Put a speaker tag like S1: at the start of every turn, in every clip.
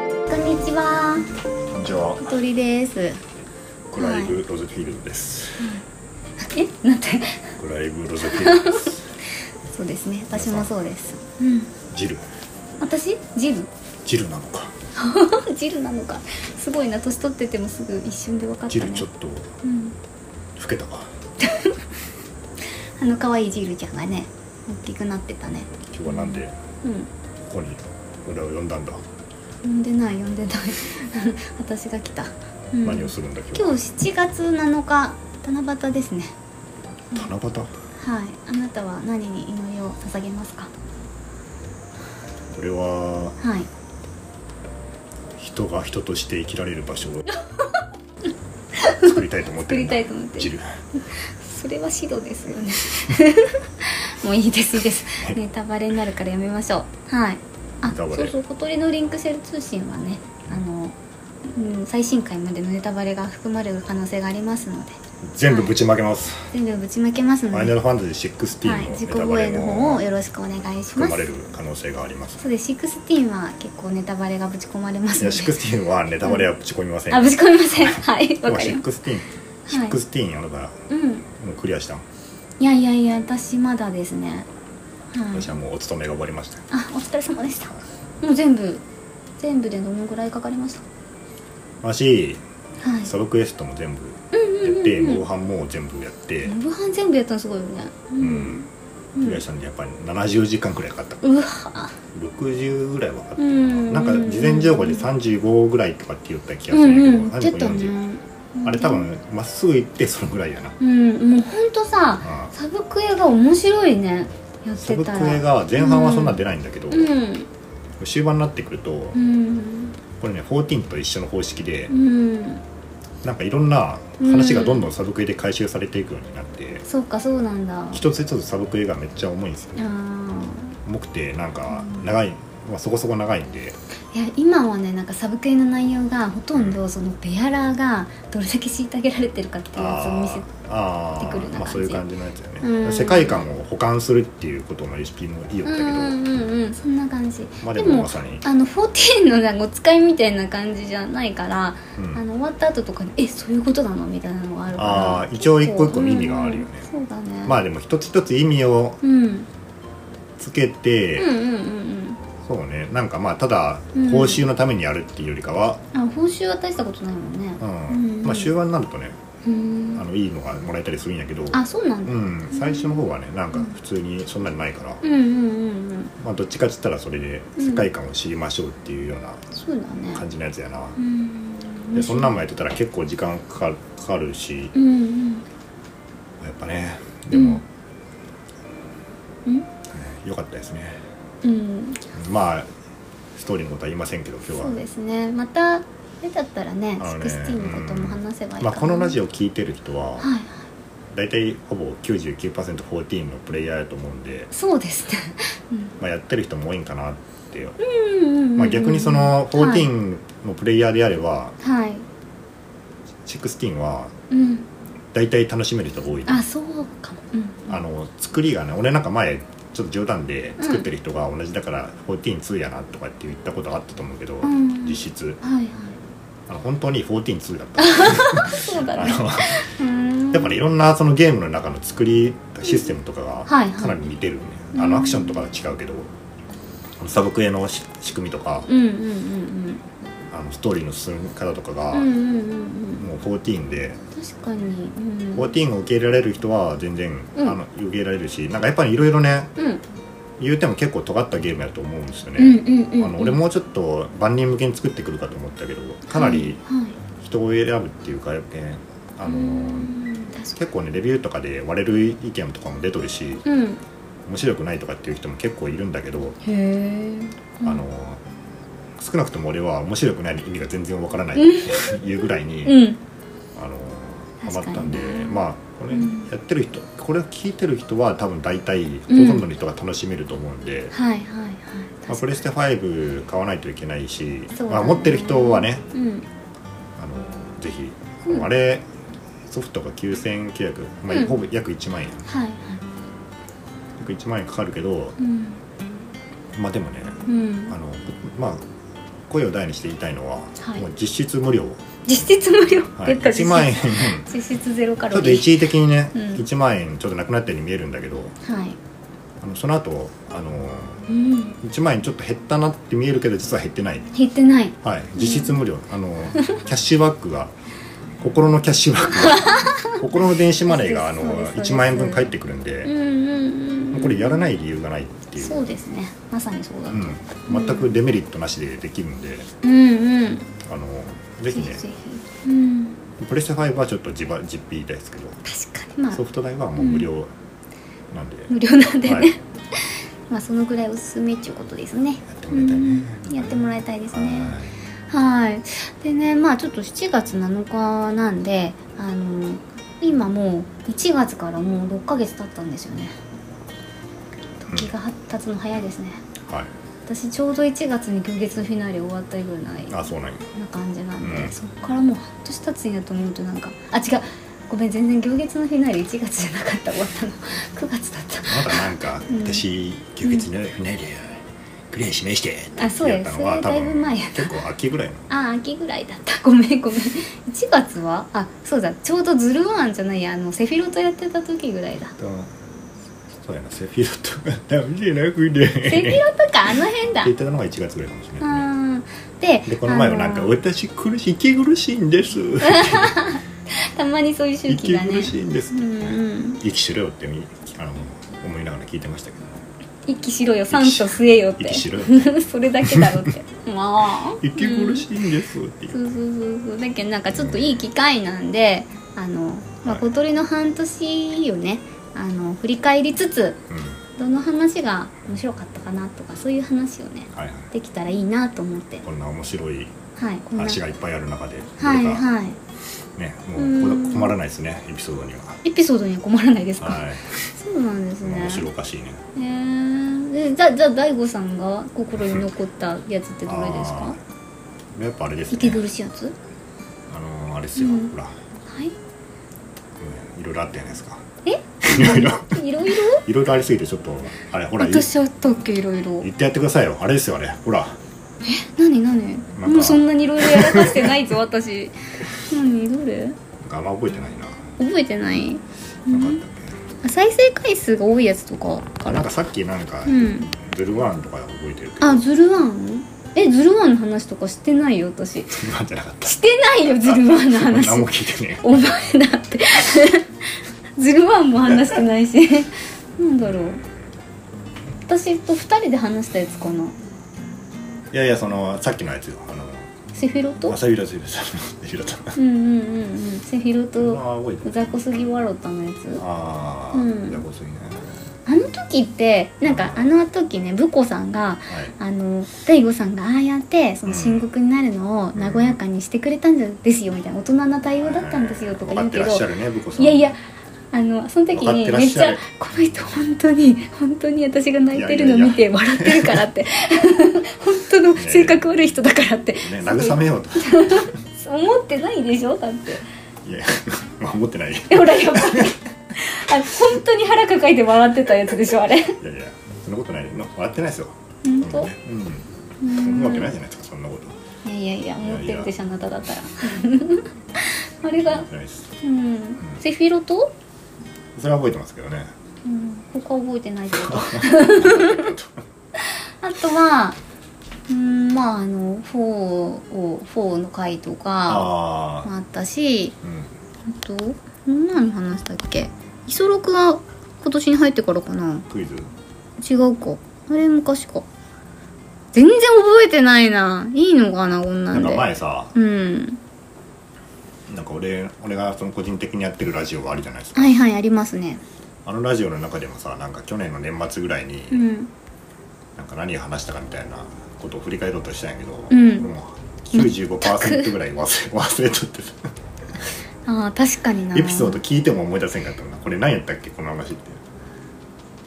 S1: ちは。
S2: こんにちは。
S1: 小鳥です。
S2: コライブロゼフィールドです。
S1: え、なんて。
S2: コライブロゼフィールドです。
S1: そうですね。私もそうです。
S2: ジル。
S1: 私、ジル。
S2: ジルなのか。
S1: ジルなのか。すごいな、年取っててもすぐ一瞬で分かった、ね。
S2: ジルちょっと
S1: うん。
S2: 老けたか。
S1: あの可愛いジルちゃんがね。大きくなってたね。
S2: 今日はなんで
S1: うん。
S2: ここに俺を呼んだんだ。
S1: 呼んでない、呼んでない。 私が来た。うん、
S2: 何をするんだ今日
S1: 今
S2: は。
S1: 日7月7日、七夕ですね。
S2: 七夕。
S1: はい。あなたは何に祈りを捧げますか。
S2: 俺は
S1: はい。
S2: 人が人として生きられる 場所を作りたいと思ってるんだ。
S1: 作りたいと思ってる
S2: ジル。
S1: それは指導ですよね もういいですいいですネタバレになるからやめましょうはいあ
S2: ネタバレ
S1: そうそう小鳥のリンクシェル通信はねあの、うん、最新回までのネタバレが含まれる可能性がありますので
S2: 全部ぶちまけます。
S1: 全部ぶちまけます
S2: フ
S1: の
S2: ァイナ
S1: で、
S2: ルファンタジー16
S1: はい、
S2: の
S1: 自
S2: ネ
S1: 己
S2: タ
S1: 防
S2: バ
S1: 衛
S2: レ
S1: の方
S2: も
S1: をよろしくお願いしま
S2: 含まれ
S1: す
S2: る可能性があります。
S1: そうです16は結構ネタバレがぶち込まれま
S2: い
S1: す
S2: や
S1: ので
S2: 16はネタバレはぶち込みません。
S1: あぶち込みません はい
S2: 今
S1: わかります
S2: 16、
S1: はい
S2: 16やのから。
S1: うん
S2: もうクリアしたん、
S1: いやいやいや私まだですねはい
S2: 私はもうお勤めが終わりました
S1: あ、お疲れ様でした。もう全部、全部でどのぐらいかかりまし
S2: 私
S1: た。はい。
S2: サブクエストも全部やってモブハンも全部やって
S1: ラ、ブハン全部やったのすごいよね。う
S2: うん
S1: ん。
S2: クリアしたんでやっぱり70時間くらいかかった
S1: うわぁ。
S2: 60ぐらいはかかったか
S1: うん
S2: ななんか事前情報で35ぐらいとかって言った気が
S1: う
S2: する
S1: んうんん。
S2: だ
S1: 言
S2: け
S1: って
S2: ど
S1: た
S2: 3540
S1: ね。
S2: あれ多。分まっすぐ行ってそのぐらいやな
S1: うん、もうほんとさ、
S2: ああ
S1: サブクエが面白いね。やっ
S2: サ
S1: て
S2: ブ
S1: た
S2: ク
S1: ら。
S2: エが前半はそんな出ないんだけど、
S1: うん。
S2: 終盤になってくると
S1: うん。
S2: これね14と一緒の方式で
S1: うん。
S2: なんかいろんな話がどんどんサブクエで回収されていくようになって
S1: そうか、そうなんだ。あ
S2: 一つ一つサブクエがめっちゃ重いんですよ
S1: あ。
S2: 重くてなんか長い、まあ、そこそこ長いんで
S1: いや今はねなんかサブクエの内容がほとんどそのベアラーがどれだけ虐げられてるかっていうやつを見せて
S2: あー
S1: ってくるような感じ
S2: まあ、そういう感じのやつよね、
S1: うん
S2: 世界観を補完するっていうことの HP もいいよ
S1: う
S2: ったけど、
S1: んうんうんうんそんな感じ
S2: まあで
S1: で
S2: も
S1: も
S2: まさに、
S1: あの14のなんかお使いみたいな感じじゃないから、
S2: う
S1: あ
S2: ん、
S1: の終わった後とかに「えそういうことなの?」みたいなのがあるから
S2: あー一応一個一個の意味があるよね
S1: うんうんそうだね
S2: まあでも一つ一つ意味を
S1: うん、うん
S2: つけて、
S1: うんうんうん
S2: そうねなんかまあただ
S1: うん
S2: 報酬のためにやるっていうよりかは、
S1: あ報酬は大したことないもんね
S2: うん
S1: うん
S2: まあ、終盤になるとね
S1: う
S2: あ
S1: ん
S2: のいいのがもらえたりするんやけど、
S1: あそうなんだ、
S2: うん、最初の方はねなんか普通にそんなにないから、
S1: うん、うんうんうん
S2: まあ、どっちかっつったらそれで世界観を知りましょうっていうような
S1: そうだね
S2: 感じのやつやな、
S1: うん
S2: でそんなんもやってたら結構時間かかるかかるし
S1: うんうん
S2: やっぱねでも、
S1: うん
S2: 良かったですね
S1: うん
S2: まあストーリーのことは言いませんけど今日は
S1: そう、ですねまた出だったらね
S2: あのね
S1: 16のことも話せばいいかな、
S2: まあ、このラジ
S1: オ
S2: オ聞いてる人は
S1: はい
S2: 大体ほぼ 99%14 のプレイヤーやと思うんで、
S1: そうですねうん
S2: まあ、やってる人も多いんかなって、
S1: うんうんうんうん
S2: まあ、逆にその
S1: はい、
S2: 14のプレイヤーであれば
S1: はい
S2: 16は
S1: うん、
S2: 大体楽しめる人が多い
S1: あそうかも、うん、
S2: あの作りがね俺なんか前ちょっと冗談で
S1: うん
S2: 作ってる人が同じだから142やなとかって言ったことがあったと思うけど、
S1: ん
S2: 実質
S1: はいはい
S2: あの本当に142だった
S1: そうだ
S2: あ
S1: ね
S2: の や
S1: や
S2: っぱりいろんなそのゲームの中の作りシステムとかが
S1: はいはい
S2: かなり似てるね、
S1: うん
S2: あのアクションとかは違うけどあのサブクエのし仕組みとか
S1: うんうんうん
S2: あのストーリーの進み方とかが、
S1: うんうんうんうん
S2: もう14で
S1: 確かに、うん、
S2: 14を受け入れられる人は全然、
S1: うん
S2: あの受け入れられるしなんかやっぱりいろいろね
S1: うんうん
S2: 言うても結構尖ったゲームやと思うんですよね、
S1: うんうんうん
S2: あの俺もうちょっと万人向けに作ってくるかと思ったけどかなり
S1: はいはい
S2: 人を選ぶっていうかやっぱねあの
S1: うん確か
S2: 結構ねレビューとかで割れる意見とかも出とるし
S1: にうん
S2: 面白くないとかっていう人も結構いるんだけど、
S1: へえ
S2: あの少なくとも俺は面白くない意味が全然わからないっていうぐらいに、
S1: うん
S2: あのハ
S1: 確
S2: マ
S1: かに
S2: ったんでまあこれ
S1: うん
S2: やってる人、これを聞いてる人は多分大体ほとんどの人が楽しめると思うんで。
S1: はいはいはい
S2: まあ、プ
S1: れ
S2: レステ5買わないといけないし、
S1: そうだね
S2: まあ、持ってる人はね
S1: うん
S2: あのぜひ、
S1: うん
S2: あれソフトが9900、まあ
S1: うん
S2: ほぼ約1万円
S1: はいはい
S2: 約1万円かかるけど
S1: うん
S2: まあでもね
S1: うん
S2: あのまあ声を大にして言いたいのは、
S1: はい
S2: もう実質無料、
S1: 実質無料、
S2: は
S1: 出
S2: い、
S1: た実
S2: 1
S1: 質
S2: 万円ち
S1: 実質ゼロカ
S2: ょ
S1: ロ
S2: っと
S1: リー
S2: 一時的にね、
S1: うん
S2: 1万円ちょっとなくなったように見えるんだけど
S1: はい、
S2: あのその後あの
S1: うん、
S2: 1万円ちょっと減ったなって見えるけど実は減ってない、
S1: 減ってない
S2: はい、実質無料、あのキャッシュバックが心のキャッシュバ ックが心の電子マネーがあの
S1: そうですそうです
S2: 1万円分返ってくるん
S1: うん
S2: で、
S1: うんうん
S2: これやらない理由がないっていう
S1: そうですねまさにそうだと、
S2: うん、全くデメリットなしでできるんで、
S1: うんうん
S2: あのぜ
S1: ぜ
S2: ひ
S1: ひ
S2: ね
S1: ぜひうん
S2: プレステ5はちょっと自ば実費ですけど
S1: 確かにまあ
S2: ソフト代はもう無料なんで、
S1: 無料なんでね、
S2: はい、や
S1: まあそのぐらいおすすめっていうことですね
S2: ってもらいたいね
S1: うんやってもらいたいですねは
S2: はい
S1: いでねまあちょっと7月7日なんであの今もう1月からもう6ヶ月経ったんですよね時が経つの早いですね、
S2: はい、
S1: 私ちょうど1月に「行月フィナーレ」終わったぐらい
S2: あそうなんや
S1: な感じなんで、
S2: うん
S1: そこからもう半年経つんやと思うとなんかあ違うごめん全然行月のフィナーレ1月じゃなかった終わったの 9月だっ
S2: まだなんか、
S1: うん
S2: 私吸血の船でクレーン示してって
S1: たあそう
S2: やっ
S1: で
S2: た
S1: す
S2: の
S1: そ
S2: は
S1: れ
S2: 多
S1: だいぶ
S2: 分
S1: 前や
S2: 結構秋ぐらいの
S1: あ秋ぐらいだった ごめんごめん1月はあそうだちょうどズルワンじゃないやあのセフィロトやってた時ぐら いだ
S2: そうやなセフィロットがダメじゃなくて
S1: セフィロトかあの辺だ
S2: って言ってたのが1月ぐらいかもしれないね
S1: あーで
S2: でこの前もなん
S1: あ
S2: か「
S1: ー
S2: 私苦しい息苦しい んです」
S1: たまにそういう周期
S2: 息
S1: がね
S2: 苦しい んです
S1: う」んうん
S2: 息しろよってあの思いながら聞いてましたけど
S1: 息しろよ酸素吸えよって
S2: 息しろよ
S1: それだけだろって まあ
S2: 息苦しいんですってい、
S1: そううそうそうそうだけどなんかちょっといい機会なんであの、まあ、
S2: はい
S1: 小鳥の半年をねあの振り返りつつ
S2: うん、
S1: どの話が面白かったかなとかそういう話をね
S2: はいはい
S1: できたらいいなと思って
S2: こんな面白い
S1: はいこんな
S2: 話がいっぱいある中でど
S1: はい
S2: れが
S1: は
S2: ね
S1: う
S2: も
S1: ん
S2: う困らないですねエピソードには。
S1: いエピソードには困らないですか、
S2: はい
S1: そうなんですね
S2: 面白おかしいね
S1: へーえじゃあじゃあ大悟さんが心に残ったやつってどれですか
S2: あーやっぱあれです
S1: 息
S2: ね
S1: 苦しいやつ
S2: あのーあれですよ、
S1: うん
S2: ほら、
S1: はい
S2: うんいろいろあったじゃないですか
S1: え
S2: いろいろ
S1: いろいろ
S2: いろいろありすぎてちょっとあれほら言
S1: 私あったっけいろいろ
S2: 言ってやってくださいよあれですよあれほら
S1: 何何
S2: か
S1: もうそんなにいろいろやらかしてないぞ 私何どれ
S2: なんかあんま覚えてないな
S1: 覚えてない
S2: なんかあったっ
S1: あ再生回数が多いやつとか
S2: け、
S1: か
S2: な
S1: ら
S2: んかさっきなんか、
S1: うん
S2: ズルワンとか覚えてるけど
S1: あズルワンえズルワンの話とかしてないよ私し
S2: ズルワンじゃなかった
S1: てないよズルワンの話
S2: 何も聞いてね
S1: お前だって ズルワンも話してない しなんだろう私と二人で話したやつかな
S2: えいやいやそのさっきのやつよあの
S1: セフィロと
S2: 朝日ラセフィラセフィラ
S1: う
S2: と
S1: んうんうんうんセフィロと
S2: あ覚えて
S1: う
S2: る
S1: ざこすぎわろたのやつ
S2: ああ、
S1: うん
S2: じゃあこそいいね
S1: あの時ってなんかあの時ねブコさんが
S2: はい
S1: あの大悟さんがああやってその深刻になるのを
S2: うん
S1: 和やかにしてくれたんじゃですよみたいな大人な対応だったんですよとか言うけど
S2: 分かってらっしゃるねブコさん
S1: いやいやあのその時
S2: 分かっ
S1: に
S2: てらっ
S1: めっち
S2: しゃ
S1: ゃ
S2: る
S1: この人本当に本当に私が泣いてる
S2: いやいや
S1: の
S2: いや
S1: 見て笑ってるからって 本当の性格悪い人だからって
S2: ね慰めようと
S1: 思ってないでしょだって
S2: いやいや まあ思ってないい
S1: えほらやっぱりあ本当に腹抱えて笑ってたやつでしょあれ
S2: やいやそんなことないの笑ってないですよ
S1: 本当
S2: うん思うわけないじゃないですかそんなこと
S1: いやいやいや
S2: いやい
S1: 思
S2: や
S1: ってるでしょあなただったら あれが
S2: 思ってないです
S1: うんセフィロと、
S2: それは覚えてますけどね
S1: うん、他覚えてないけどあとはうんまああの4を4の回とか
S2: ああ
S1: もあったし
S2: うん
S1: あと何の話だっけイソロクは今年に入ってからかな
S2: クイズ
S1: 違うかあれ昔か全然覚えてないないいのかなこんな
S2: なん
S1: ん
S2: か
S1: で
S2: 前さ
S1: うん
S2: なんか俺俺がその個人的にやってるラジオがあるじゃないですか
S1: はいはいありますね
S2: あのラジオの中でもさなんか去年の年末ぐらいに
S1: うん
S2: なんか何を話したかみたいなことを振り返ろうとしたんやけど、
S1: うん
S2: も95%ぐらい忘れ 忘れとってさ
S1: ああ確かにな
S2: エピソード聞いても思い出せんかったなこれ何やったっけこの話っ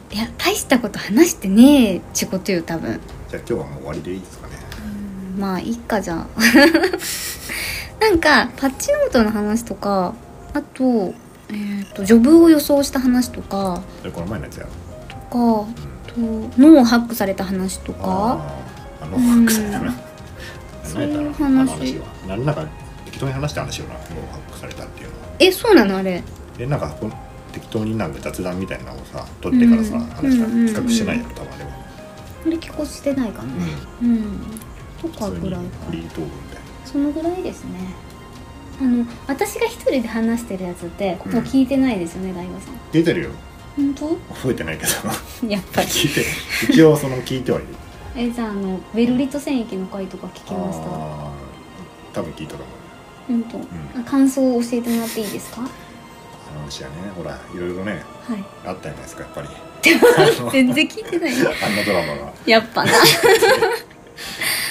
S2: て
S1: いや大したこと話してねえっちことよ多分
S2: じゃあ今日はもう終わりでいいですかね
S1: まあいいかじゃあ なんかパッチノートの話とかあと,、えー、とジョブを予想した話とか
S2: それこの前のやつやろ
S1: とかあと脳をハックされた話とか
S2: あーあの、
S1: うん
S2: 臭いな考えた
S1: そうい
S2: ら
S1: う話
S2: あの話はなんなんか適当に話した話をなもう発覚されたっていうのは
S1: えそうなのあれ
S2: でなんかこの適当になんか雑談みたいなのをさ撮ってからさ、
S1: うん
S2: 話した
S1: うんうんうん
S2: 企画してないやろ多分あれは、
S1: これ聞こしてないかな
S2: うん
S1: うんとか
S2: 普通
S1: ぐ
S2: に
S1: らい
S2: フ
S1: か
S2: リートークみたいな
S1: そのぐらいですねあの私が一人で話してるやつってここ聞いてないですよね大悟さん
S2: 出てるよ
S1: 本当
S2: 覚えてな いけど
S1: やっぱり
S2: 聞いて一応その聞いてはいる
S1: えじゃああのベルリット戦役の回とか聞きました
S2: あー多分聞いたと思う
S1: 本当、あ感想を教えてもらっていいですかは
S2: あの話はねほらいろいろね
S1: い
S2: あったじゃないですかやっぱりあの
S1: 全然聞いてない
S2: あんなドラマが
S1: やっぱな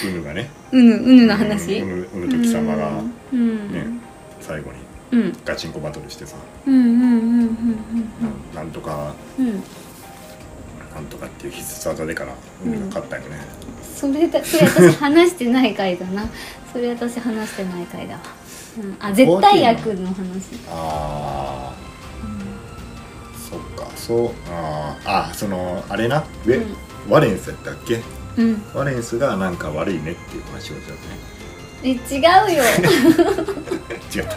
S2: うぬがね
S1: うぬうぬの話
S2: う
S1: う
S2: ぬうぬと貴様が
S1: うん、
S2: ね最後に
S1: うん
S2: ガチンコバトルしてさ
S1: うんうんうん
S2: なんなんとか
S1: うんうんうん
S2: なんとかっていう必殺技でからうぬが勝ったよね
S1: それだそれ私話してない回だなそれ私話してない回だわ、うん、あ絶対役の話
S2: ああそっかそうあーあーそのあれなウェ、ワレンスだったっけ
S1: うん
S2: ワレンスがなんか悪いねっていう話をしちゃっ
S1: え違うよ
S2: たね違った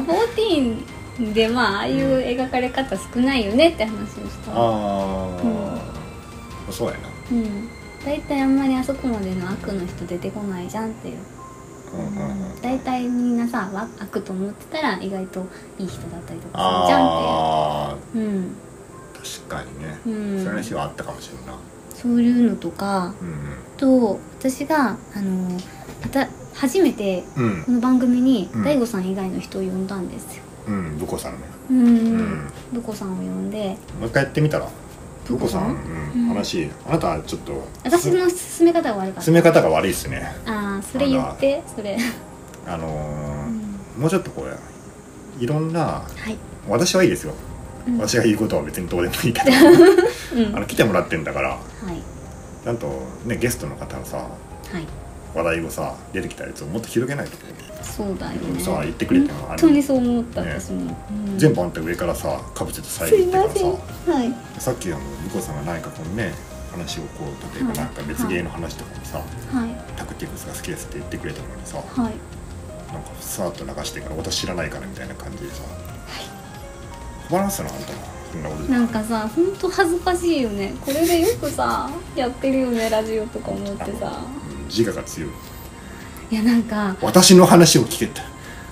S1: な んか14でまあああいう描かれ方少ないよねって話をした
S2: ああ、そうやな
S1: うん大体あんまりあそこまでの悪の人出てこないじゃんっていう
S2: うんうんうん
S1: 大体みんなさわ悪と思ってたら意外といい人だったりとかするじゃんっ
S2: ああ
S1: ていううん
S2: 確かにね、
S1: うん
S2: そういう話はあったかもしれんな
S1: そういうのとか
S2: うん
S1: と私があのあた初めて
S2: うん
S1: この番組に
S2: うん
S1: 大悟さん以外の人を呼んだんですよ。
S2: うん、うん、ブコさんね
S1: うん、
S2: ん
S1: ブコさんを呼んで
S2: もう一回やってみたらブコさん、
S1: ブコ
S2: うん
S1: うん
S2: 話あなたはちょっと
S1: 私の進め方が悪かっ
S2: 進め方が悪いっすね
S1: たああそれ言ってそれ、
S2: あの
S1: う
S2: ー
S1: ん、
S2: もうちょっとこういろんな
S1: はい、
S2: 私はいいですよ、
S1: うん、
S2: 私が言うことは別にどうでもいいけ
S1: うん
S2: ど
S1: は
S2: あ
S1: い
S2: の来てもらってんだから
S1: はい
S2: ちゃんとねゲストの方のさ話題をさ出てきたやつをもっと広げないと
S1: そうだよね
S2: さ言ってくれてもあ
S1: 本
S2: れ
S1: 当にそう思った、
S2: ね
S1: 私も、うん
S2: 全部あんた上からさかぶせて遮
S1: すい
S2: ってか
S1: ま
S2: ら
S1: せん
S2: さ
S1: はい
S2: さっきあの向こうさんが何かこのね話をこう例えばなんか別芸の話とかもさ
S1: はい
S2: 「タクティクスが好きです」って言ってくれたのにさ
S1: はい
S2: なんかさーっと流してから「私知らないから」みたいな感じでさ困らせなあんたなそんなことで
S1: なんかさほんと恥ずかしいよねこれでよくさやってるよねラジオとか思ってさ
S2: うん自我が強い
S1: いやなんか
S2: 私の話を聞けって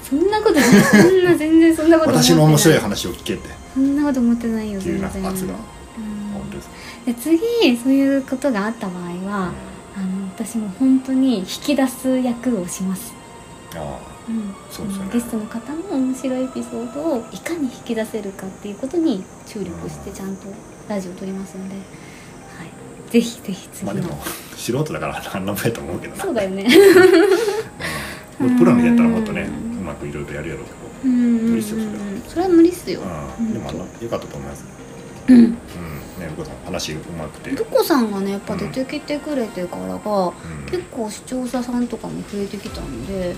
S1: そんなことないそんな全然そんなこと思って
S2: 私
S1: ない
S2: の面白い話を聞けって
S1: そんなこと思ってないよ
S2: っていう
S1: 全
S2: な
S1: 然
S2: 圧が
S1: うん
S2: 本当です
S1: で次そういうことがあった場合はあの私も本当に引き出す役をします、
S2: あ
S1: うん
S2: そうですよね
S1: あのゲストの方の面白いエピソードをいかに引き出せるかっていうことに注力してちゃんとラジオを撮りますので、はい、ぜひぜひ
S2: あ
S1: 次
S2: ま
S1: の、
S2: あでも素人だから何なんもやと思うけどな
S1: そうだよね
S2: もうプロのやったらもっとね
S1: う
S2: うんまくいろいろやるやろうけど
S1: うんうん う
S2: 無
S1: ん
S2: 理っすよそれは
S1: それは無理っすよ
S2: うんでもあの良かったと思います
S1: うん
S2: うんね、うこさん話うまくて、うん
S1: ど、こさんがねやっぱ出てきてくれてからが結構視聴者さんとかも増えてきたんで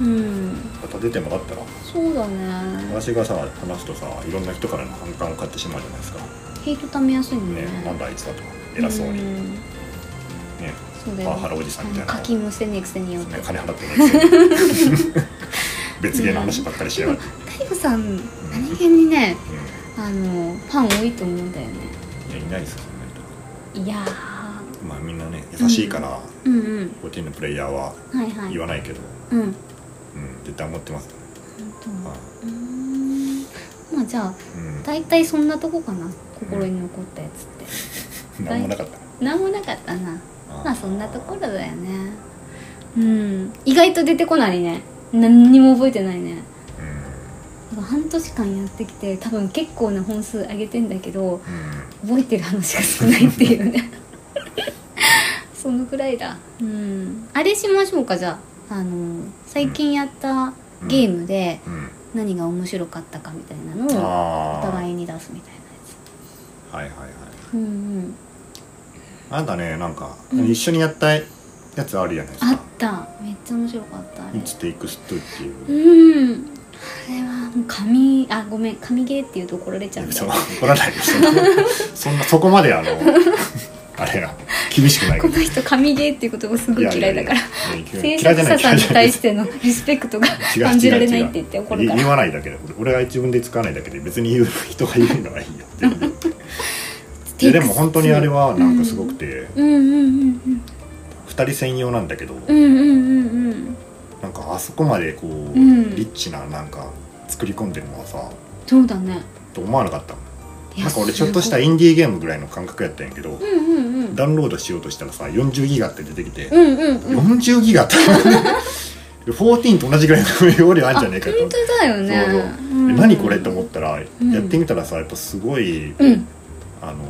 S1: うん
S2: また出てもらったら
S1: そうだね
S2: 私がさ話すとさいろんな人からの反感を買ってしまうじゃないですか、ね
S1: ヘイトためやすいもんね
S2: なんだあいつだとか偉そうに、ね
S1: んそうだ
S2: パ
S1: よ
S2: ワハラおじさんみたいな
S1: 課金もしてねえくせによって
S2: ね金払ってないくせ に別芸の話ばっかりし
S1: で
S2: やが
S1: も
S2: って、
S1: 大悟さん何気にね
S2: うん
S1: あのファン多いと思うんだよね
S2: いやいないですよそんな人
S1: いや
S2: まあみんなね優しいから、
S1: ーうんうん
S2: 14のプレイヤーは
S1: はいはい
S2: 言わないけど、
S1: うん本
S2: うん、絶対思ってますよね、
S1: 当
S2: はいう
S1: ーんまあじゃあ
S2: うん
S1: 大体そんなとこかな心に残ったやつって
S2: 何もなかった
S1: なんもなかったな
S2: あ
S1: まあそんなところだよねうん意外と出てこないね何にも覚えてないね
S2: うん
S1: 半年間やってきて多分結構な本数上げてんだけど
S2: うん
S1: 覚えてる話が少ないっていうね そのくらいだうんあれしましょうかじゃああの最近やったゲームで
S2: うん
S1: 何が面白かったかみたいなのをお
S2: ああ
S1: 互いに出すみたいなや
S2: はいはいはい
S1: つうんうん
S2: あんたねなんか、
S1: うん
S2: 一緒にやったやつあるじゃないです
S1: あっ
S2: か
S1: ためっちゃ面白かったあ
S2: 「
S1: れ
S2: イチテイクストっていうう、
S1: んあれはもう神あごめん神ゲーっていうと怒られちゃうんだ
S2: そう怒らないですそんなそこまであのあれな厳しくない
S1: この人神ゲーっていう言葉すごい嫌いだから
S2: 嫌
S1: 制
S2: いじゃ
S1: 作
S2: な
S1: 者
S2: い
S1: さんに対しててのリスペクトが
S2: 違う違う違 う
S1: 感じられないって言って怒るか
S2: 言
S1: ら
S2: わないだけで俺俺が自分で使わないだけで別に言う 人が言うのはいいよっていういやでも本当にあれはなんかすごくて、
S1: うんうんうんうん
S2: 二人専用なんだけど、
S1: うんうんうんうん
S2: なんかあそこまでこう、
S1: ん
S2: リッチななんか作り込んでるのはさ
S1: そうだね
S2: と思わなかった
S1: いや
S2: なんか俺ちょっとした
S1: す
S2: インディーゲームぐらいの感覚やったんやけど、
S1: ごいうんうんうん
S2: ダウンロードしようとしたらさ40ギガって出てきて、
S1: うんうんうん
S2: 40ギガって14と同じぐらいの容量あんじゃねえかと思
S1: 本
S2: っ
S1: 当
S2: て
S1: だよね
S2: そうそう
S1: うん
S2: 何これと思ったら、
S1: ん
S2: やってみたらさやっぱすごい、
S1: うん
S2: あの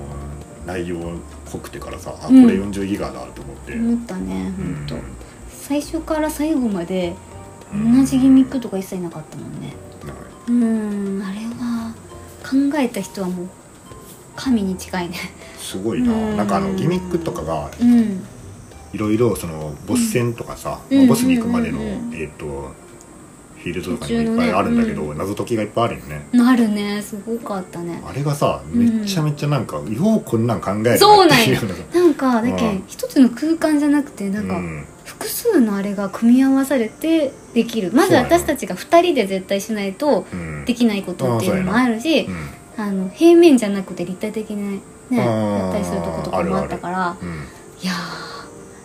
S2: 内容濃くてからさあこ
S1: うん
S2: れ40ギガだと思って、
S1: 思ったね
S2: う
S1: 本
S2: ん
S1: 当最初から最後まで同じギミックとか一切なかったもんね
S2: なんか
S1: うんあれは考えた人はもう神に近いね
S2: すごいな、
S1: うん
S2: なんかあのギミックとかが
S1: うん
S2: いろいろそのボス戦とかさ、
S1: うん
S2: まあボスに行くまでの、
S1: うんうんうん
S2: えっ、とフィールドとかにもいっぱいあるんだけ
S1: 途中
S2: ど、
S1: のねう
S2: 謎解きがいっぱいあるよね
S1: なるねすごかったね
S2: あれがさ
S1: ん
S2: めちゃめちゃなんか、ようこんなん考えるなって
S1: そうなん
S2: い
S1: や
S2: うのが
S1: なんかだけ
S2: うん
S1: ん一つの空間じゃなくてなん
S2: う
S1: か
S2: ん
S1: 複数のあれが組み合わされてできるまず
S2: そうやな
S1: 私たちが2人で絶対しないと
S2: うん
S1: できないことっていうのもあるし
S2: うん
S1: あの平面じゃなくて立体的にね
S2: あー
S1: やったりするとことかもあったから
S2: うん
S1: いやー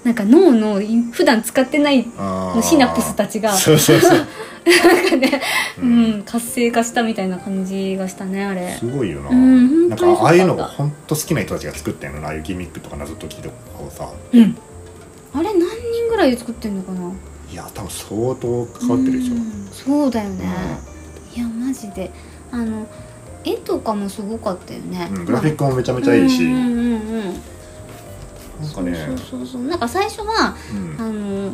S1: なんか脳のい普段使ってない
S2: あー
S1: シナプスたちが
S2: そうそう そう
S1: なんかね、
S2: う
S1: うんん活性化したみたいな感じがしたねあれ
S2: すごいよな、
S1: うん
S2: な
S1: 本
S2: んか
S1: 当にそうだった
S2: ああいうのが本当好きな人たちが作ってんのなああいうギミックとか謎解きとかをさ
S1: うんあれ何人ぐらいで作ってんのかない
S2: や多分相当関わってるでしょ、
S1: うんそうだよね、いやマジであの絵とかもすごかったよね、
S2: うんグラフィッ
S1: ク
S2: クもめちゃめちゃいいし、
S1: うんうんうんうん
S2: なんかね
S1: そうそうそうそうなんか最初は
S2: うん
S1: あの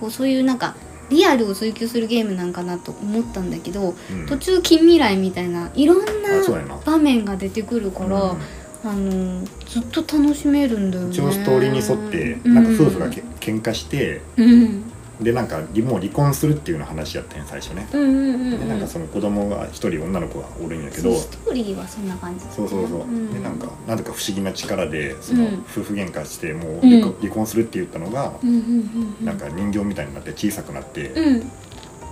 S1: こうそういうなんかリアルを追求するゲームなんかなと思ったんだけど、
S2: うん
S1: 途中近未来みたいないろんな
S2: あそうやな
S1: 場面が出てくるから、
S2: うん
S1: あのずっと楽しめるんだよね
S2: 一応ストーリーに沿ってなんか夫婦がけ、喧嘩して
S1: うん、
S2: でなんかりもう離婚するっていうような話やったんや最初ね、
S1: うんうんうんうん
S2: でなんかその子供が一人女の子がおるんやけど
S1: そうストーリーはそんな感じだね
S2: そうそうそう、
S1: ん
S2: でなんかなぜか不思議な力でその
S1: うん
S2: 夫婦喧嘩してもう離婚,、
S1: うん
S2: 離婚するって言ったのが、
S1: うんうんうんうん
S2: なんか人形みたいになって小さくなって、
S1: うん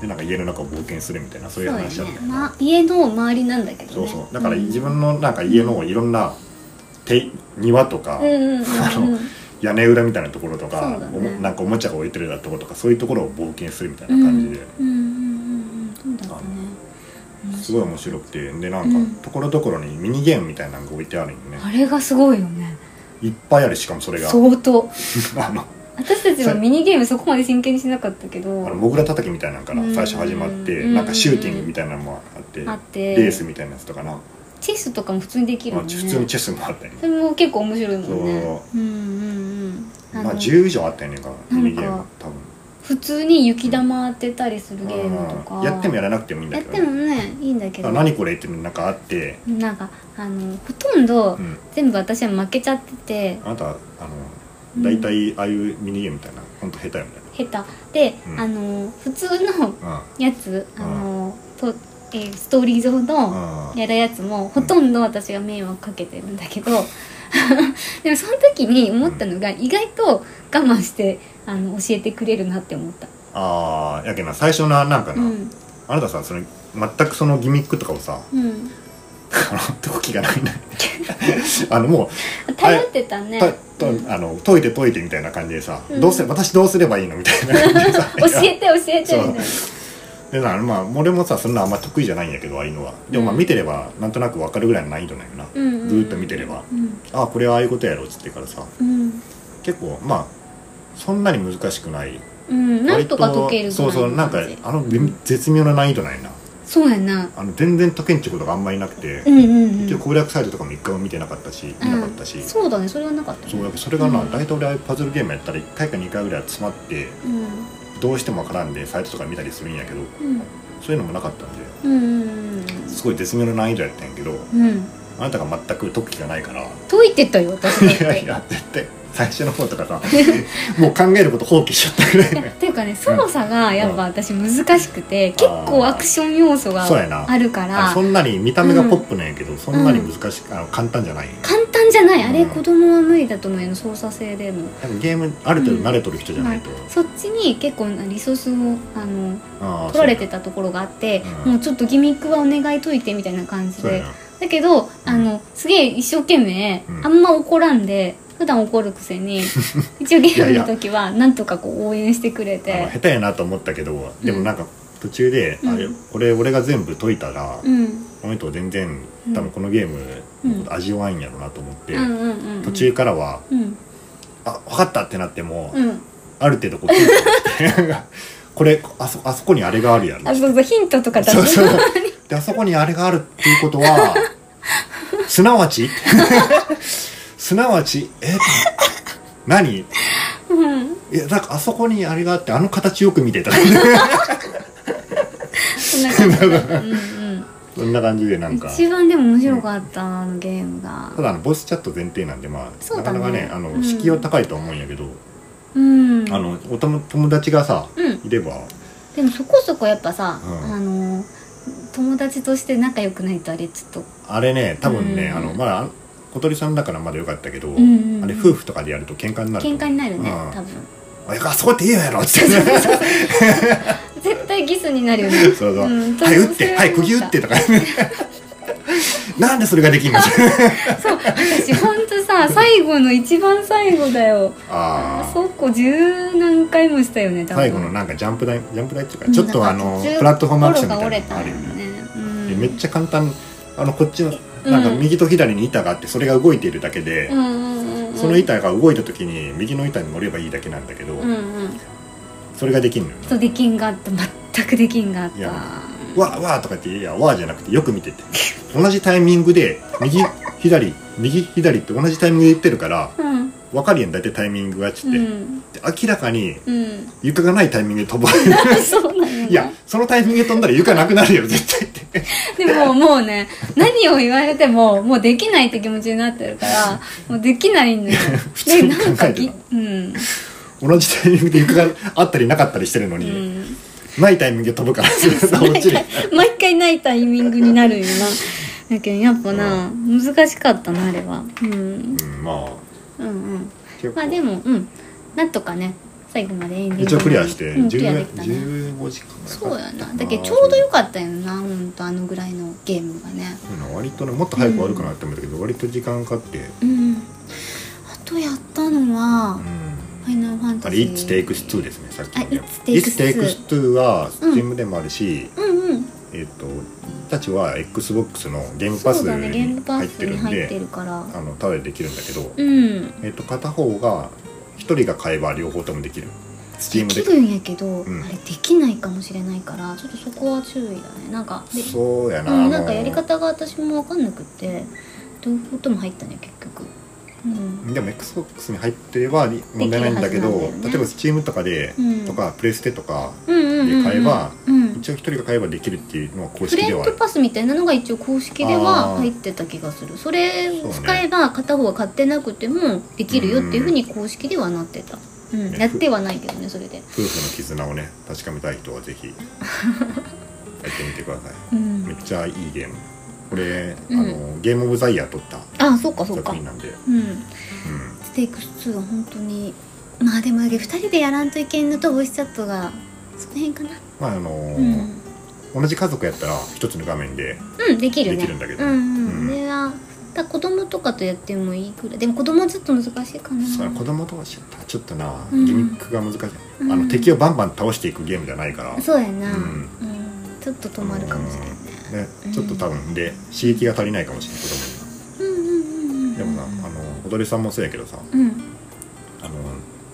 S2: でなんか家の中を冒険するみたいなそういう
S1: そうだ
S2: 話だっ
S1: よ
S2: た
S1: ね
S2: よ、
S1: ま、家の周りなんだけどね
S2: そうそうだから自分のなんか家のいろんな手庭とか、
S1: うんうんうんうんうん
S2: 屋根裏みたいなところと
S1: そ
S2: か
S1: う、だ
S2: お
S1: ね
S2: もなんかおもちゃが置いてるようなところとかそういうところを冒険するみたいな感じで、
S1: うんうんうんうんそうだったね面
S2: す
S1: 白い
S2: ごい面白くてでな
S1: うんん
S2: かところどころにミニゲームみたいなのが置いてあるんよね、
S1: あれがすごいよね
S2: いっぱいあるしかもそれが
S1: 相当
S2: あの
S1: 私たちはミニゲームそこまで真剣にしなかったけ
S2: あの
S1: ど
S2: モグラ叩きみたいなのから
S1: うん
S2: 最初始まって、
S1: うん
S2: なんかシューティングみたいなのもあって、
S1: あって
S2: レースみたいなやつとかな、
S1: チェスとかも普通にできる
S2: まあ、
S1: もんね
S2: 普通にチェスもあったり、
S1: それも結構面白いもんね
S2: そ
S1: うんうんうんあ
S2: まあ
S1: の
S2: 10以上あったよねんか
S1: な
S2: ミ
S1: んか
S2: ニゲーム多分
S1: 普通に雪玉当てたりするゲームと
S2: う
S1: か
S2: んやってもやらなくてもいいんだ
S1: やっ
S2: けど
S1: てもねいいんだけ
S2: あ
S1: ど
S2: 何これっていうのなんかあって、
S1: なんかあのほとんど
S2: うん、
S1: 全部私は負けちゃってて
S2: あなたあ
S1: う
S2: の
S1: ん
S2: 大体ああいうミニゲームみたいな本当下手よね
S1: 下手で、
S2: うん
S1: あの普通の
S2: うん
S1: やつ
S2: うん
S1: あのと、えーストーリー上の
S2: うん
S1: やるやつもほとんど私が迷惑かけてるんだけど、 でもその時に思ったのが意外と我慢してあの教えてくれるなって思った、
S2: ああやけな最初のなんか
S1: う
S2: な、
S1: ん
S2: あなたさその全くそのギミックとかをさ
S1: うん、
S2: あの解きがないね あのも
S1: 頼ってたね
S2: うたとあの解いて解いてみたいな感じでさ、
S1: うん
S2: どうせ私どうすればいいのみたいな 感じでさ
S1: 教えて教えてみたいな
S2: でなまあ俺もさそんなあんま得意じゃないんやけどああいうのはでもまあ
S1: うん
S2: 見てればなんとなく分かるぐらいの難易度なんよな、
S1: うんうんうん
S2: ずーっと見てれば
S1: うん
S2: ああこれはああいうことやろっつってからさ
S1: うん
S2: 結構まあそんなに難しくない
S1: うん、なんとか解けるぐら
S2: そう
S1: いの感じ
S2: そうなんかあの微絶妙な難易度なんやな
S1: そうやな
S2: あの全然解けんちゅうことがあんまりなくて、
S1: うんうんうん
S2: 結局攻略サイトとかも一回も見てなかったし見なかった
S1: う
S2: し、
S1: ん、
S2: そう
S1: そうだねそれはなかったね
S2: やっぱそれがな、
S1: うん
S2: 大体俺ああいうパズルゲームやったら1回か2回ぐらい詰まって
S1: うん
S2: どうしても絡んでサイトとか見たりするんやけど
S1: うん
S2: そういうのもなかったんで
S1: うん
S2: すごい絶妙な難易度やったんやけど
S1: うん
S2: あなたが全く解く気がないから
S1: 解いてたよ私だっ
S2: い
S1: て
S2: やいや絶対最初の方とか さもう考えること放棄しちゃったぐらい
S1: いやっていうかね操作がやっぱ私難しくて、結構アクション要素が
S2: そうや な
S1: あるか
S2: あ
S1: ら
S2: そんなに見た目がポップなんやけど、そんなに難しくあの簡単じゃない、
S1: 簡単じゃないあれ
S2: うん
S1: 子供は無理だと思うよ操作性でも、
S2: 多分ゲームある程度慣れとる人じゃないと、
S1: そっちに結構リソースをあの
S2: ああ
S1: 取られてたところがあって
S2: うん
S1: もうちょっとギミックはお願い解いてみたいな感じ
S2: そうや
S1: で
S2: な
S1: だけどあのすげえ一生懸命、
S2: うん
S1: あんま怒らんで普段怒るくせ に一応ゲームの時はなんとかこう応援してくれて
S2: あの下手やなと思ったけどでもなんか途中で、
S1: うん
S2: あれこれ俺が全部解いたら、
S1: うん
S2: この人は全然
S1: うん
S2: 多分このゲームのこと味わいんやろうなと思って、
S1: うんうんうんうん
S2: 途中からは
S1: うん
S2: 「あ分かった」ってなっても、
S1: うん
S2: ある程度こう聞いて これあそあそこにあれがあるやろ
S1: あそうそうヒントとか出
S2: そう
S1: す
S2: そうであそこにあれがあるっていうことはすなわち すなわちえ何
S1: うん
S2: いやなんかあそこにあれがあってあの形よく見てた
S1: そんな感じだうんうん
S2: そんな感じでなんか
S1: 一番でも面白かったな、あのゲームが
S2: ただあのボスチャット前提なんでまあ、
S1: そうだ
S2: なか
S1: ね
S2: なかねあの、
S1: うん
S2: 敷居は高いとは思うんやけど、
S1: うん
S2: あのおたも友達がさ
S1: うん
S2: いれば
S1: でもそこそこやっぱさ、
S2: うん
S1: あの友達として仲良くないとあれちょっと
S2: あれね多分ね、
S1: うん
S2: あのまだあ小鳥さんだからまだよかったけど、
S1: んうんうん
S2: あれ夫婦とかでやると喧嘩になる
S1: 喧
S2: と思う
S1: 嘩になるね、
S2: うん
S1: 多分
S2: あいやあそこって言えよや ろっつって
S1: 絶対ギスになるよね
S2: そうそう、
S1: うん
S2: はい打ってはい釘打っ てとかなんでそれができんの
S1: そう私ほんとさ最後の一番最後だよあ
S2: ああ
S1: そこ十何回もしたよね多分
S2: 最後のなんかジャンプ台ジャンプ台っていうか
S1: うん
S2: ちょっとあ
S1: なん
S2: の
S1: か途中
S2: プラットフォームアクションみたいなの
S1: 心が
S2: ある
S1: 折れた
S2: よね
S1: んだよね
S2: でめっちゃ簡単あのこっちの
S1: うん
S2: なんか右と左に板があってそれが動いているだけで、
S1: うんうんうんうん
S2: その板が動いた時に右の板に乗ればいいだけなんだけど、
S1: うんうん
S2: それができんのよね
S1: そうできんがあった全くできんがあっ
S2: い
S1: た
S2: やわーわーとか言っていやわーじゃなくてよく見てて 同じタイミングで右左右左って同じタイミングで言ってるから
S1: うん
S2: 分かるやん大体タイミングがちって、
S1: うん
S2: で明らかに
S1: うん
S2: 床がないタイミングで飛ばれる
S1: そうなのよ
S2: いやそのタイミングで飛んだら床なくなるよ絶対って
S1: でももうね何を言われてももうできないって気持ちになってるからもうできないのよ
S2: 普通
S1: で
S2: に
S1: なん
S2: 考
S1: か
S2: えて
S1: ぎ
S2: た
S1: うん、
S2: 同じタイミングで床があったりなかったりしてるの
S1: う
S2: に、
S1: ん、
S2: ないタイミングで飛ぶから落ちる
S1: 毎回ないタイミングになるよなだけどやっぱな、難しかったなあれは、うん、
S2: うんまあ
S1: うんうん
S2: 結構
S1: まあでもうんなんとかね最後までエンディング
S2: 一応クリアして
S1: うん、クリアで
S2: 10
S1: きたね
S2: 15時間ぐらいかかった
S1: そうやなだけどちょうどよかったよなほんとあのぐらいのゲームがね
S2: うん割とねもっと早く終わるかなって思ったけど、割と時間かかって、
S1: うんあとやったのは、
S2: うん
S1: ファイナルファン
S2: あ
S1: タジ
S2: れ「
S1: ー
S2: It's Takes Two」ですねさっきのね
S1: あ It
S2: 「It's
S1: Takes Two
S2: Takes Two」は
S1: うん
S2: Steam でもあるし、
S1: うんうん
S2: えっとたちは XBOX のゲームパ
S1: そ
S2: ス
S1: うだねゲー
S2: に
S1: ムパ
S2: 入っ
S1: ス
S2: て
S1: に
S2: るん
S1: 入って
S2: で
S1: るから
S2: あのただでできるんだけど、
S1: うん
S2: えっと片方が1人が買えば両方ともできる Steam
S1: で
S2: で
S1: きるんやけど、
S2: ん
S1: あれできないかもしれないからちょっとそこは注意だねなんかで
S2: そうやな,、
S1: う
S2: あ
S1: ん、
S2: の
S1: なんかやり方が私も分かんなくって両方とも入ったね結局うん
S2: でも XBOX に入ってれば問題ないんだけ
S1: できる
S2: ど
S1: はずなんだよね
S2: 例えば Steam とかで、
S1: うん
S2: とかプレステとか
S1: うんうんうんうん
S2: で買えば
S1: うん
S2: 一応1人が買えばできるっていうのは公
S1: フ
S2: 式
S1: レ
S2: で
S1: ン
S2: はあ
S1: ド
S2: る
S1: パスみたいなのが一応公式では
S2: あー
S1: 入ってた気がするそれ
S2: そう
S1: を
S2: ね
S1: 使えば片方は買ってなくてもできるよっていうふうに公式ではなってた、うん、やってはないけどねそれで
S2: 夫婦の絆をね確かめたい人はぜ ひやってみてください
S1: うん
S2: めっちゃいいゲームこれ、
S1: うん
S2: あのゲームオブザイヤー撮った
S1: あそうかそう
S2: 作
S1: か
S2: 品なんで
S1: うん
S2: うん
S1: ステークス2は本当にまあでも2人でやらんといけんのとボイスチャットがその辺かな
S2: まああのー
S1: うん、
S2: 同じ家族やったら一つの画面で
S1: うん、できるね
S2: できるんだけど
S1: うんうん、
S2: うん
S1: これはだ子供とかとやってもいいくらいでも子供はちょっと難しいかな
S2: その子供とはちょっとちょっとな、
S1: うん
S2: ギミックが難しい、
S1: うん
S2: あの敵をバンバン倒していくゲームじゃないから、
S1: そうやな、う
S2: うんん
S1: ちょっと止まるかもしれないね
S2: ね
S1: うん
S2: ちょっと多分で刺激が足りないかもしれない子
S1: うんうんうんうん
S2: 供にでもさあの踊りさんもそうやけどさ
S1: うん
S2: あの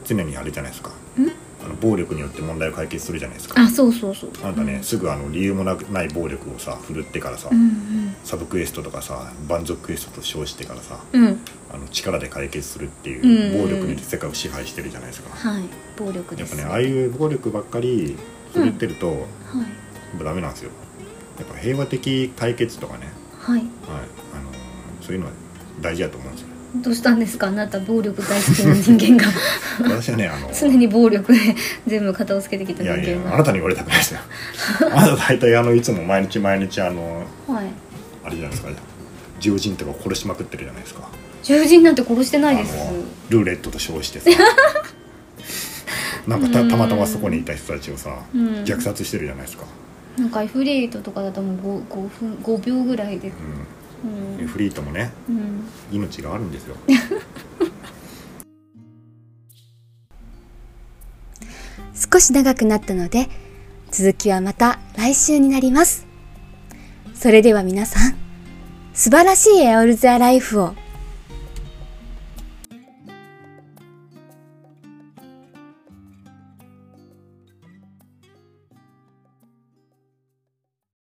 S2: 常にあれじゃないですか
S1: うん
S2: あの暴力によって問題を解決するじゃないですか
S1: あそうそうそう
S2: あんたね、すぐあの理由もなくない暴力をさ振るってからさ、
S1: うんうん
S2: サブクエストとかさ蛮族クエストと称してからさ
S1: うん
S2: あの力で解決するってい
S1: うん
S2: う暴力によって世界を支配してるじゃないですか、
S1: はい暴力
S2: や
S1: で
S2: っぱ
S1: す
S2: ねああいう暴力ばっかり振るってると、や
S1: はい
S2: っぱダメなんですよやっぱ平和的解決とかね、
S1: はい
S2: はいあのーそういうのは大事だと思うんですよ
S1: どうしたんですかあなた暴力大好きな人 間が
S2: 私はねあの
S1: 常に暴力で全部片をつけてきた
S2: い
S1: 人
S2: やいや
S1: 間
S2: あ
S1: が
S2: なたに言われたくないですよあなた大体あのいつも毎日毎日あの
S1: はい
S2: あれじゃないですか獣人とか殺しまくってるじゃないですか
S1: 獣人なんて殺してないです
S2: あのルーレットと称してさなんかたたまたまそこにいた人たちをさ、
S1: うん
S2: 虐殺してるじゃないですか、
S1: なんかエフリートとかだともう 5, 5分5秒ぐらいでう
S2: うん、エ
S1: ん、
S2: フリートもね
S1: うん、
S2: 命があるんですよ
S3: 少し長くなったので続きはまた来週になりますそれでは皆さん素晴らしいエオルズアライフを